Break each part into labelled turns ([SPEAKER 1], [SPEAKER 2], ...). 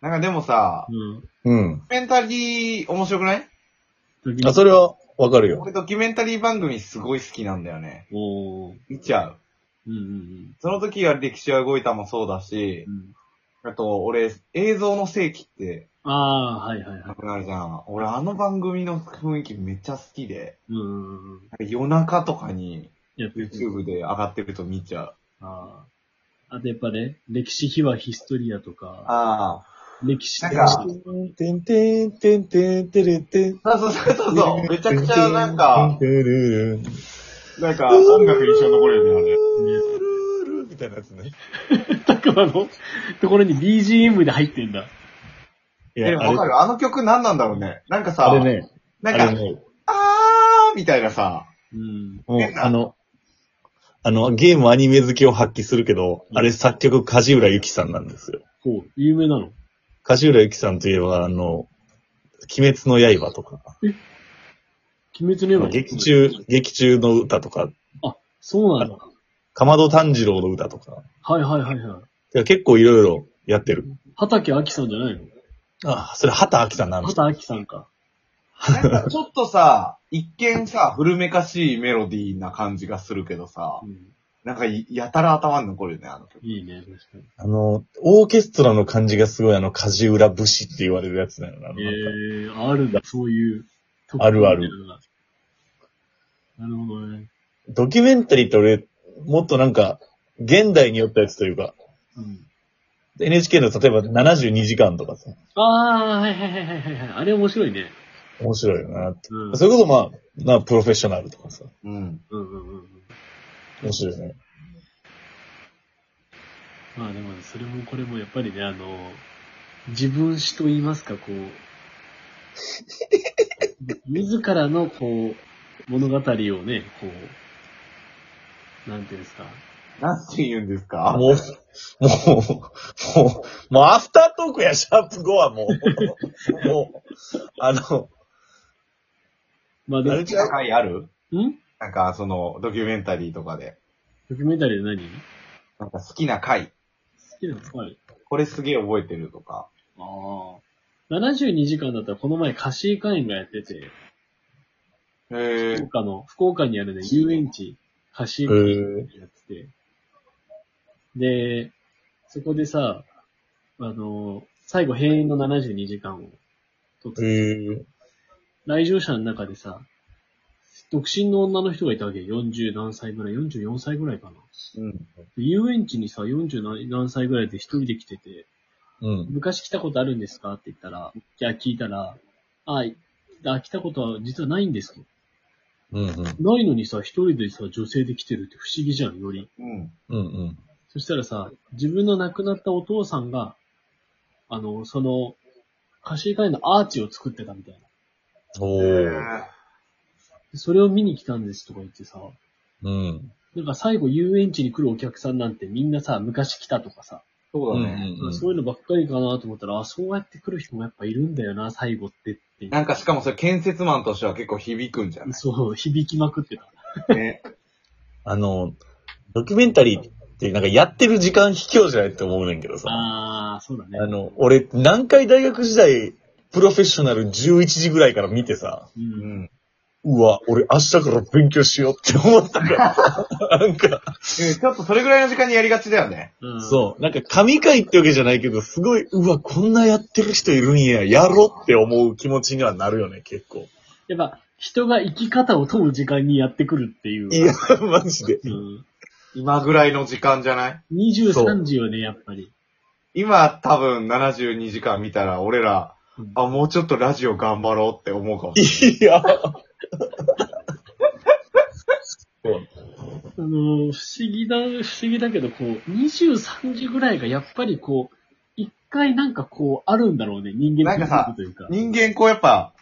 [SPEAKER 1] なんかでもさ、
[SPEAKER 2] う
[SPEAKER 3] うん。
[SPEAKER 1] ドキュメンタリー面白くない
[SPEAKER 2] ん。
[SPEAKER 3] あ、それはわかるよ。
[SPEAKER 1] 俺ドキュメンタリー番組すごい好きなんだよね。
[SPEAKER 2] おー。
[SPEAKER 1] 見ちゃう。
[SPEAKER 2] うんうん
[SPEAKER 1] その時は歴史は動いたもそうだし
[SPEAKER 2] う、ん。
[SPEAKER 1] あと俺映像の世紀って
[SPEAKER 2] ああー、はいはいは。
[SPEAKER 1] ないくなるじゃん。俺あの番組の雰囲気めっちゃ好きで、
[SPEAKER 2] うんうんうん。
[SPEAKER 1] 夜中とかに
[SPEAKER 2] やってる。
[SPEAKER 1] YouTube で上がってると見ちゃう。
[SPEAKER 2] ああ。あとやっぱね、歴史秘話ヒストリアとか、
[SPEAKER 1] あ
[SPEAKER 2] 歴史
[SPEAKER 1] なん
[SPEAKER 2] 的
[SPEAKER 1] か
[SPEAKER 3] てんてんてんてんてれてん。
[SPEAKER 1] あ。そうそうそうそう。 めちゃくちゃなんか、
[SPEAKER 3] てんてるるる
[SPEAKER 1] なんか音楽に印象残るよね、
[SPEAKER 3] るるるみたいなやつね。
[SPEAKER 2] なくまの ところに BGM で入ってんだ。
[SPEAKER 3] い
[SPEAKER 1] あれ。え、
[SPEAKER 3] や、
[SPEAKER 1] わか
[SPEAKER 3] あれ
[SPEAKER 1] るあの曲何なんだろうね。なんかさ、
[SPEAKER 3] あれね、
[SPEAKER 1] な
[SPEAKER 3] あ
[SPEAKER 1] ん
[SPEAKER 3] れ
[SPEAKER 1] か、
[SPEAKER 3] ね、
[SPEAKER 1] あーみたいなさ、
[SPEAKER 2] うん。
[SPEAKER 3] もう、あの、あの、ゲームアニメ好きを発揮するけど、あれ作曲梶浦由紀さんなんですよ。
[SPEAKER 2] ほう、有名なの
[SPEAKER 3] 梶浦由紀さんといえば、あの、鬼滅の刃とか、
[SPEAKER 2] 鬼滅の刃。
[SPEAKER 3] 劇中、劇中の歌とか、
[SPEAKER 2] そうなんだ。
[SPEAKER 3] かまど炭治郎の歌とか、
[SPEAKER 2] はいはいはいはい。
[SPEAKER 3] いや結構いろいろやってる。
[SPEAKER 2] 畑明さんじゃない
[SPEAKER 3] あ、それ、畑明さんなん
[SPEAKER 2] の
[SPEAKER 3] です
[SPEAKER 2] 畑明さんか。
[SPEAKER 1] なんかちょっとさ、一見さ、古めかしいメロディーな感じがするけどさ
[SPEAKER 2] う、ん。
[SPEAKER 1] なんかいやたら頭に残るよね、あの曲。
[SPEAKER 2] いいね、確かに。
[SPEAKER 3] あの、オーケストラの感じがすごいあの、梶浦武士って言われるやつだよな。なんか
[SPEAKER 2] ええー、あるんだ、そういう。
[SPEAKER 3] あるある。
[SPEAKER 2] なるほどね。
[SPEAKER 3] ドキュメンタリーって俺、もっとなんか、現代によったやつというか、
[SPEAKER 2] うん。
[SPEAKER 3] NHK の例えば72時間とかさ、
[SPEAKER 2] ああ、はいはいはいはいはいはい。あれ面白いね。
[SPEAKER 3] 面白いよなって。
[SPEAKER 2] うん。
[SPEAKER 3] それこそまあ、まあ、プロフェッショナルとかさ、
[SPEAKER 1] うん。
[SPEAKER 2] うんうんうんうん。
[SPEAKER 3] 面白いよね。
[SPEAKER 2] まあでも、それもこれもやっぱりね、あの、自分史と言いますか、こう、 自らの、こう、物語をね、こう、なんていうんですか。
[SPEAKER 1] なんて言うんですか
[SPEAKER 3] もう、もう、もう、もうアフタートークやシャープ5はもう、もう、あの、
[SPEAKER 2] まあで
[SPEAKER 3] あ
[SPEAKER 2] も、
[SPEAKER 3] れ
[SPEAKER 2] ん
[SPEAKER 3] ちゃう
[SPEAKER 1] 回ある
[SPEAKER 2] ド
[SPEAKER 1] なんか、その、ドキュメンタリーとかで。
[SPEAKER 2] キュメンタリーで何
[SPEAKER 1] なんか好きな回。
[SPEAKER 2] 好きなのはい。
[SPEAKER 1] これすげえ覚えてるとか。
[SPEAKER 2] ああ。72時間だったらこの前貸し会員がやってて、
[SPEAKER 1] へ
[SPEAKER 2] 福岡の、福岡にあるね、遊園地、貸し
[SPEAKER 3] え
[SPEAKER 2] 会員やってて、で、そこでさ、あの、最後閉園の72時間を撮って、
[SPEAKER 3] ー、
[SPEAKER 2] 来場者の中でさ、独身の女の人がいたわけよ。40何歳ぐらい、44歳ぐらいかな。
[SPEAKER 1] うん。
[SPEAKER 2] で遊園地にさ、40何歳ぐらいで一人で来てて、
[SPEAKER 3] うん。
[SPEAKER 2] 昔来たことあるんですかって言ったら、いや、聞いたら、あ、いあ来たことは実はないんですと。
[SPEAKER 3] うんうん。
[SPEAKER 2] ないのにさ、一人でさ、女性で来てるって不思議じゃん、より。
[SPEAKER 1] うん。
[SPEAKER 3] うんうん。
[SPEAKER 2] そしたらさ、自分の亡くなったお父さんが、あの、その、貸し会のアーチを作ってたみたいな。
[SPEAKER 3] お
[SPEAKER 1] へ
[SPEAKER 3] ー。
[SPEAKER 1] ー
[SPEAKER 2] それを見に来たんですとか言ってさ、
[SPEAKER 3] うん。
[SPEAKER 2] なんか最後遊園地に来るお客さんなんてみんなさ、昔来たとかさ、
[SPEAKER 1] そうだね。
[SPEAKER 3] うんうん
[SPEAKER 2] そういうのばっかりかなと思ったら、あ、そうやって来る人もやっぱいるんだよな、最後ってって。
[SPEAKER 1] なんかしかもそれ建設マンとしては結構響くんじゃない
[SPEAKER 2] そう、響きまくってた。
[SPEAKER 1] ね。
[SPEAKER 3] あの、ドキュメンタリーってなんかやってる時間卑怯じゃないって思うねんけどさ。あ
[SPEAKER 2] ああ、そうだね。
[SPEAKER 3] の、俺、南海大学時代、プロフェッショナル11時ぐらいから見てさ、
[SPEAKER 2] う。
[SPEAKER 1] うんん。
[SPEAKER 3] うわ、俺明日から勉強しようって思った から。なんか、
[SPEAKER 1] でもちょっとそれぐらいの時間にやりがちだよね。
[SPEAKER 2] うん、
[SPEAKER 3] そう、なんか神回ってわけじゃないけど、すごい、うわ、こんなやってる人いるんや、やろって思う気持ちにはなるよね、結構。
[SPEAKER 2] う。やっぱ、人が生き方を問う時間にやってくるっていう。
[SPEAKER 3] いや、マジで。
[SPEAKER 2] うん。
[SPEAKER 1] 今ぐらいの時間じゃない
[SPEAKER 2] 23時よね、やっぱり。
[SPEAKER 1] 今多分72時間見たら俺ら
[SPEAKER 2] うん、
[SPEAKER 1] あ、もうちょっとラジオ頑張ろうって思うかもし
[SPEAKER 3] いや。そう
[SPEAKER 2] あのー不思議だ、不思議だけど、こう、23時ぐらいがやっぱりこう、一回なんかこう、あるんだろうね、人間
[SPEAKER 1] なんかさ
[SPEAKER 2] というか
[SPEAKER 1] れ。ない。人間こうやっぱ、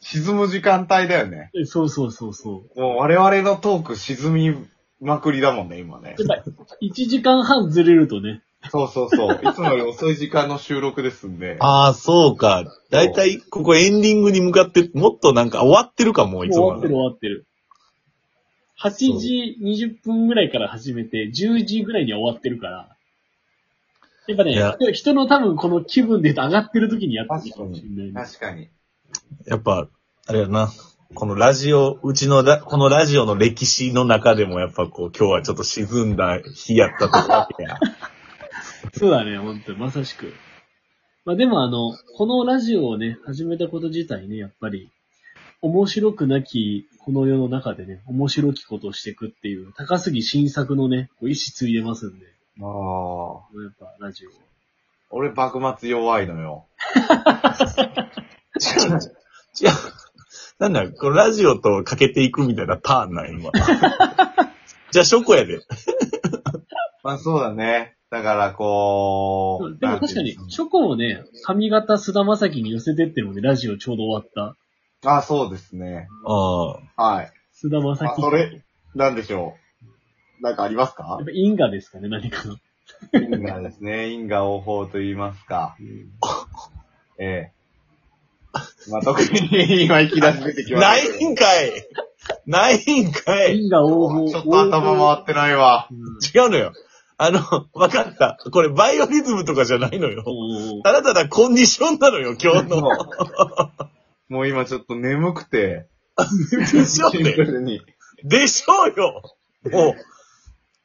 [SPEAKER 1] 沈む時間帯だよね。
[SPEAKER 2] えそうそうそうそう。
[SPEAKER 1] もう我々のトーク沈みまくりだもんね、今ね。
[SPEAKER 2] やっぱ、1時間半ずれるとね。
[SPEAKER 1] そうそう そう。いつもより遅い時間の収録ですんで。
[SPEAKER 3] ああ、そうか。だいたい、ここエンディングに向かって、もっとなんか終わってるかも、
[SPEAKER 2] も
[SPEAKER 3] いうつ
[SPEAKER 2] 終
[SPEAKER 3] も
[SPEAKER 2] わっ
[SPEAKER 3] の。
[SPEAKER 2] てる終わってる。8時20分ぐらいから始めて、10時ぐらいには終わってるから。やっぱね、
[SPEAKER 3] いや
[SPEAKER 2] 人人の多分この気分で言うと上がってる時にやってるかもしれないね。
[SPEAKER 1] 確かに。
[SPEAKER 3] やっぱ、あれやな。このラジオ、うちのラ、このラジオの歴史の中でもやっぱこう、今日はちょっと沈んだ日やったと かや。
[SPEAKER 2] そうだね、本当にまさしく。まあでもあの、このラジオをね、始めたこと自体ね、やっぱり、面白くなき、この世の中でね、面白きことをしていくっていう、高杉新作のね、こう意思ついでますんで、
[SPEAKER 1] ああ。
[SPEAKER 2] やっぱラジオ。
[SPEAKER 1] 俺、幕末弱いのよ。
[SPEAKER 3] 違う、違う。なんだよ、このラジオとかけていくみたいなターンなん 今。じゃあ、ショコやで。
[SPEAKER 1] まあそうだね。だから、こう。
[SPEAKER 2] でも確かに、チョコをね、髪型菅田将暉に寄せてってるので、ラジオちょうど終わった。
[SPEAKER 1] あ、そうですね。
[SPEAKER 3] ああ。
[SPEAKER 1] はい。
[SPEAKER 2] 菅田将
[SPEAKER 1] あ、
[SPEAKER 2] 暉。
[SPEAKER 1] そ
[SPEAKER 2] やっ
[SPEAKER 1] れ、なんでしょう。なんかありますか
[SPEAKER 2] ぱ因果ですかね、何かの。
[SPEAKER 1] 因果ですね。因果応報と言いますか。ええ。 まあ、特に今行き出し出てきま
[SPEAKER 3] な
[SPEAKER 1] したけ
[SPEAKER 3] いんかいないんかい
[SPEAKER 2] 因果応
[SPEAKER 1] ど
[SPEAKER 2] 報。
[SPEAKER 1] ちょっと頭回ってないわ。
[SPEAKER 2] うん
[SPEAKER 3] 違うのよ。あの、わかった。これバイオリズムとかじゃないのよ。
[SPEAKER 2] おー
[SPEAKER 3] ただただコンディションなのよ、今日の。
[SPEAKER 1] もう今ちょっと眠くて。
[SPEAKER 3] でしょっ
[SPEAKER 1] シンプ
[SPEAKER 3] て。
[SPEAKER 1] ルに。
[SPEAKER 3] でしょうよ。もう。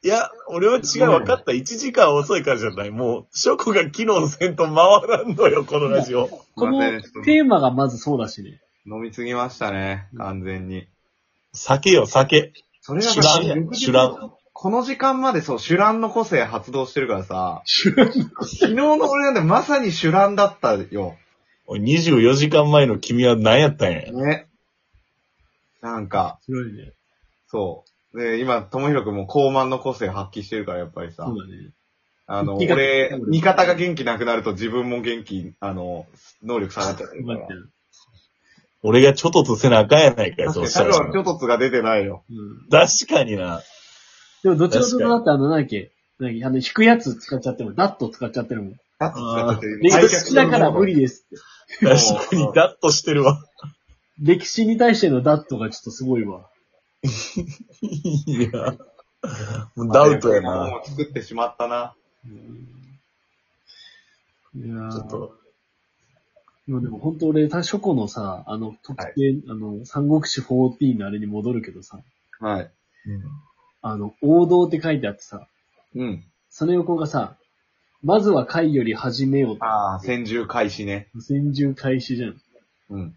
[SPEAKER 3] いや、俺は違う、わかった。1時間遅いからじゃない。もう、ショコが機能せんと回らんのよ、このラジオ。
[SPEAKER 2] この
[SPEAKER 1] またねちょっ
[SPEAKER 2] テーマがまずそうだしね。
[SPEAKER 1] と飲みすぎましたね。完全に。
[SPEAKER 3] 酒よ、酒。
[SPEAKER 1] それが
[SPEAKER 3] 酒乱や
[SPEAKER 1] 翌日
[SPEAKER 3] 酒乱
[SPEAKER 1] この時間までそう、シュランの個性発動してるからさ。昨日の俺なんてまさにシュランだったよ。
[SPEAKER 3] おい24時間前の君は何やったんや。
[SPEAKER 1] ね。なんか、
[SPEAKER 2] 白いね。
[SPEAKER 1] そう。で、今、ともひろくんも高慢の個性発揮してるから、やっぱりさ
[SPEAKER 2] そ。うだね。
[SPEAKER 1] あの、
[SPEAKER 2] 味方
[SPEAKER 1] 俺、味方が元気なくなると自分も元気、あの、能力下がっちゃう
[SPEAKER 2] う
[SPEAKER 1] か
[SPEAKER 2] ま
[SPEAKER 1] ら
[SPEAKER 2] っ。ちゃん。
[SPEAKER 3] 俺がちょっととせなあかんやないかい、
[SPEAKER 1] 確
[SPEAKER 3] そ
[SPEAKER 1] か
[SPEAKER 3] う
[SPEAKER 1] に、
[SPEAKER 3] した
[SPEAKER 1] 彼
[SPEAKER 3] ら。
[SPEAKER 1] は虚凸が出てないよ。
[SPEAKER 2] うん。
[SPEAKER 3] 確かにな。
[SPEAKER 2] でもどちらかというとだってあの、なんだっけ、なんだっけ、あの、引くやつ使っちゃっても、ダット使っちゃってるもん。
[SPEAKER 1] だって使っちゃって
[SPEAKER 2] 歴
[SPEAKER 1] る
[SPEAKER 2] 史好きだから無理。ですって。
[SPEAKER 3] 確かに、ダッとしてるわ。
[SPEAKER 2] 歴史に対してのダットがちょっとすごいわ。
[SPEAKER 3] い や。もうダウトやな。
[SPEAKER 1] もう作ってしまったな。
[SPEAKER 2] いや
[SPEAKER 3] ちょっ
[SPEAKER 2] ー
[SPEAKER 3] と。
[SPEAKER 2] でもでも本当俺、他初古のさ、あの、特定、あの、三国志14のあれに戻るけどさ、
[SPEAKER 1] はい。
[SPEAKER 2] あの、王道って書いてあってさ、
[SPEAKER 1] うん。
[SPEAKER 2] その横がさ、まずは回より始めよう
[SPEAKER 1] ああ、先住開始ね。
[SPEAKER 2] と。先住開始じゃん。
[SPEAKER 1] うん。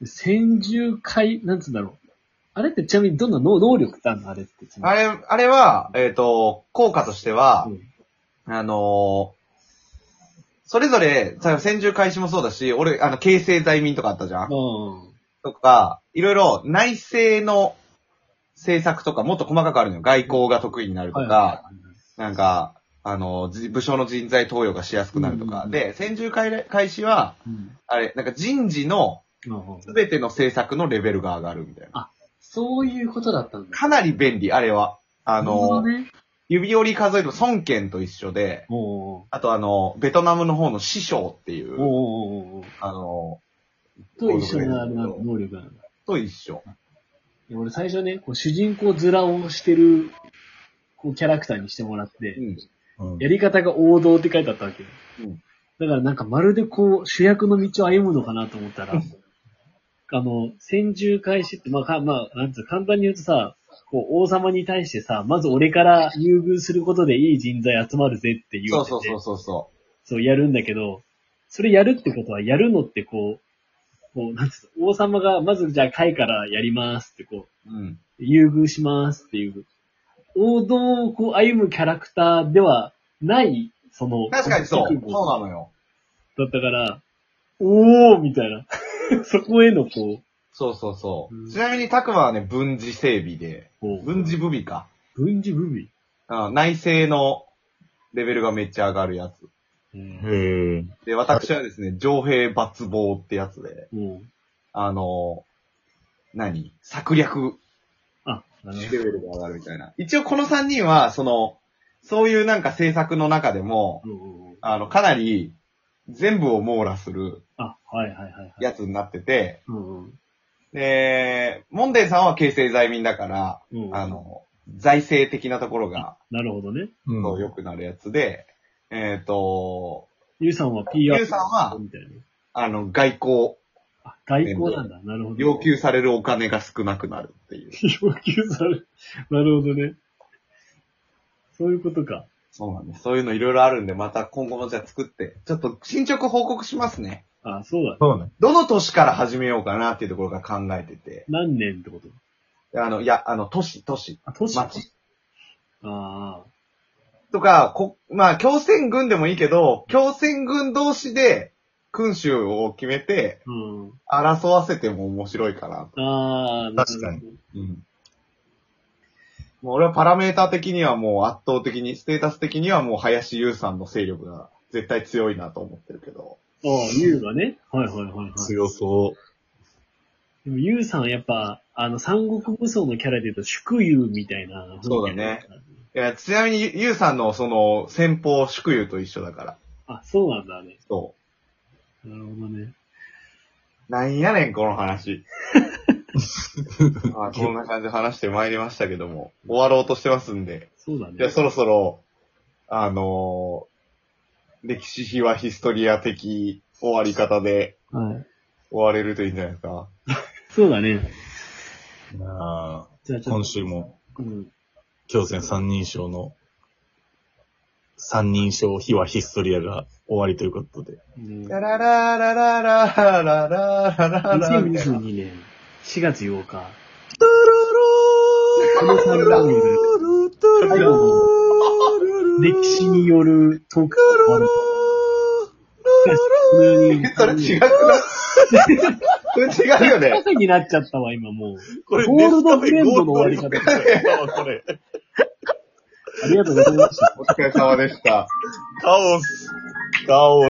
[SPEAKER 2] で先住開、なんつうんだろう。あれってちなみにどんな能能力ってあるのあれって。
[SPEAKER 1] あれ、あれは、えっ、と、効果としては
[SPEAKER 2] う、ん
[SPEAKER 1] あのーそれぞれ、さ先住開始もそうだし、俺、あの、形成罪民とかあったじゃん
[SPEAKER 2] うん。
[SPEAKER 1] とか、いろいろ内政の政策とかもっと細かくあるのよ。外交が得意になるとか、なんか、あの、じ武将の人材登用がしやすくなるとか。
[SPEAKER 2] うん
[SPEAKER 1] で、先住開開始は、
[SPEAKER 2] うん
[SPEAKER 1] あれ、なんか人事の
[SPEAKER 2] うん
[SPEAKER 1] すべての政策のレベルが上がるみたいな。
[SPEAKER 2] そういうことだったんだ。
[SPEAKER 1] かなり便利、あれは。あ
[SPEAKER 2] なるほ
[SPEAKER 1] の
[SPEAKER 2] ど、ね、
[SPEAKER 1] 指折り数える孫権と一緒で、
[SPEAKER 2] おう
[SPEAKER 1] あとあの、ベトナムの方の師匠ってい
[SPEAKER 2] おうお
[SPEAKER 1] う、
[SPEAKER 2] うおうおうおう
[SPEAKER 1] あの、
[SPEAKER 2] と一緒のあれなの能力なの。
[SPEAKER 1] と一緒。
[SPEAKER 2] いや俺最初ね、こう主人公面をしてる、こうキャラクターにしてもらって
[SPEAKER 1] う、ん。
[SPEAKER 3] うん
[SPEAKER 2] やり方が王道って書いてあったわけよ。
[SPEAKER 1] うん
[SPEAKER 2] だからなんかまるでこう主役の道を歩むのかなと思ったら、あの、先住開始って、まあ、かまあ、なんつうの簡単に言うとさ、こう王様に対してさ、まず俺から優遇することでいい人材集まるぜっていう、
[SPEAKER 1] そうそうそうそうそ
[SPEAKER 2] そうやるんだけど、それやるってことは、やるのってこう、こう、なんつうの王様が、まずじゃあ会からやりますってこ
[SPEAKER 1] う。うん。
[SPEAKER 2] う、優遇しますっていう、王道をこう歩むキャラクターではない、その、
[SPEAKER 1] 確かにそう。そう
[SPEAKER 2] 覚悟
[SPEAKER 1] なのよ。
[SPEAKER 2] だったから、おーみたいな。 そこへのこう、
[SPEAKER 1] そうそうそう。
[SPEAKER 2] うん
[SPEAKER 1] ちなみに、たくまはね、文治整備で、
[SPEAKER 2] こう
[SPEAKER 1] 文治部備か。
[SPEAKER 2] 軍事部備。
[SPEAKER 1] うん内政のレベルがめっちゃ上がるやつ。
[SPEAKER 2] うん
[SPEAKER 3] へえ。
[SPEAKER 1] で、私はですね、上兵抜防ってやつで、
[SPEAKER 2] もう、
[SPEAKER 1] あの何策略
[SPEAKER 2] あ、なる
[SPEAKER 1] レベルが上がるみたいな。一応この3人は、その、そういうなんか政策の中でも、
[SPEAKER 2] ほどうんうんうん。
[SPEAKER 1] あの、かなり全部を網羅する
[SPEAKER 2] あ、はいはいはいはい。
[SPEAKER 1] やつになってて、
[SPEAKER 2] うんうん
[SPEAKER 1] で、モンデンさんは形成罪民だから、
[SPEAKER 2] うんうん
[SPEAKER 1] あの、財政的なところが、
[SPEAKER 2] なるほどね。
[SPEAKER 3] うん
[SPEAKER 1] そう良くなるやつで、えっ、と、
[SPEAKER 2] ゆうさんは PR。
[SPEAKER 1] ゆうさんは
[SPEAKER 2] みたいな。
[SPEAKER 1] あの、外交、
[SPEAKER 2] あ、外交なんだ。なるほど。
[SPEAKER 1] 要。求されるお金が少なくなるっていう。
[SPEAKER 2] 要求される。なるほどね。そういうことか。
[SPEAKER 1] そうなんです。そういうのいろいろあるんで、また今後もじゃあ作って、ちょっと進捗報告しますね。
[SPEAKER 2] あ、そうだ。
[SPEAKER 3] そうね。
[SPEAKER 1] どの年から始めようかなっていうところが考えてて。
[SPEAKER 2] 何年ってこと
[SPEAKER 1] あの、いや、あの、都市、都市、
[SPEAKER 2] あ、年
[SPEAKER 1] 町
[SPEAKER 2] ああ。
[SPEAKER 1] とか、こまあ、強戦軍でもいいけど、強戦軍同士で、君主を決めて、
[SPEAKER 2] うん。
[SPEAKER 1] 争わせても面白いかな。
[SPEAKER 2] ああ、
[SPEAKER 3] 確かに
[SPEAKER 2] なる
[SPEAKER 1] うん。もう俺はパラメーター的にはもう圧倒的に、ステータス的にはもう林優さんの勢力が絶対強いなと思ってるけど。
[SPEAKER 2] ほど。ああ、ゆうがね。はいはいはいはい。
[SPEAKER 3] 強そう。
[SPEAKER 2] でも、ゆうさんはやっぱ、あの、三国武装のキャラで言うと、祝ゆうみたいな。
[SPEAKER 1] そうだね。いや、ちなみに優さんのその先方宿友と一緒だから。
[SPEAKER 2] あ、そうなんだね。
[SPEAKER 1] そ
[SPEAKER 2] なるほどね。
[SPEAKER 1] う。なんやねん、この話。まあ、こんな感じで話してまいりましたけども、終わろうとしてますんで。
[SPEAKER 2] そうだね。
[SPEAKER 1] じゃあそろそろ、あのー歴史秘話ヒストリア的終わり方で
[SPEAKER 2] はい。
[SPEAKER 1] 終われるといいんじゃないですか。
[SPEAKER 2] そうだね。
[SPEAKER 3] あ
[SPEAKER 2] じゃあ
[SPEAKER 3] ー
[SPEAKER 2] ちょっ
[SPEAKER 3] 今週も、
[SPEAKER 2] と、うん。
[SPEAKER 3] 京戦三人称の、三人称秘話ヒストリアが終わりということで。
[SPEAKER 2] ね
[SPEAKER 1] ラララララララララララみたいな。
[SPEAKER 2] 2022年4月8日。
[SPEAKER 3] ト
[SPEAKER 2] この三番組
[SPEAKER 3] ロ
[SPEAKER 2] 歴史によるト ークがあると。普通に。
[SPEAKER 1] それ違くないそれ違うよね。
[SPEAKER 2] 朝になっちゃったわ、今もう。
[SPEAKER 3] これ、
[SPEAKER 2] ゴールドフレンドの終わり
[SPEAKER 3] ゴ
[SPEAKER 2] 方
[SPEAKER 3] ールドフレンドのこれ。
[SPEAKER 2] ありがとうございました。
[SPEAKER 1] お疲れ様でした。
[SPEAKER 3] カオス。カオス。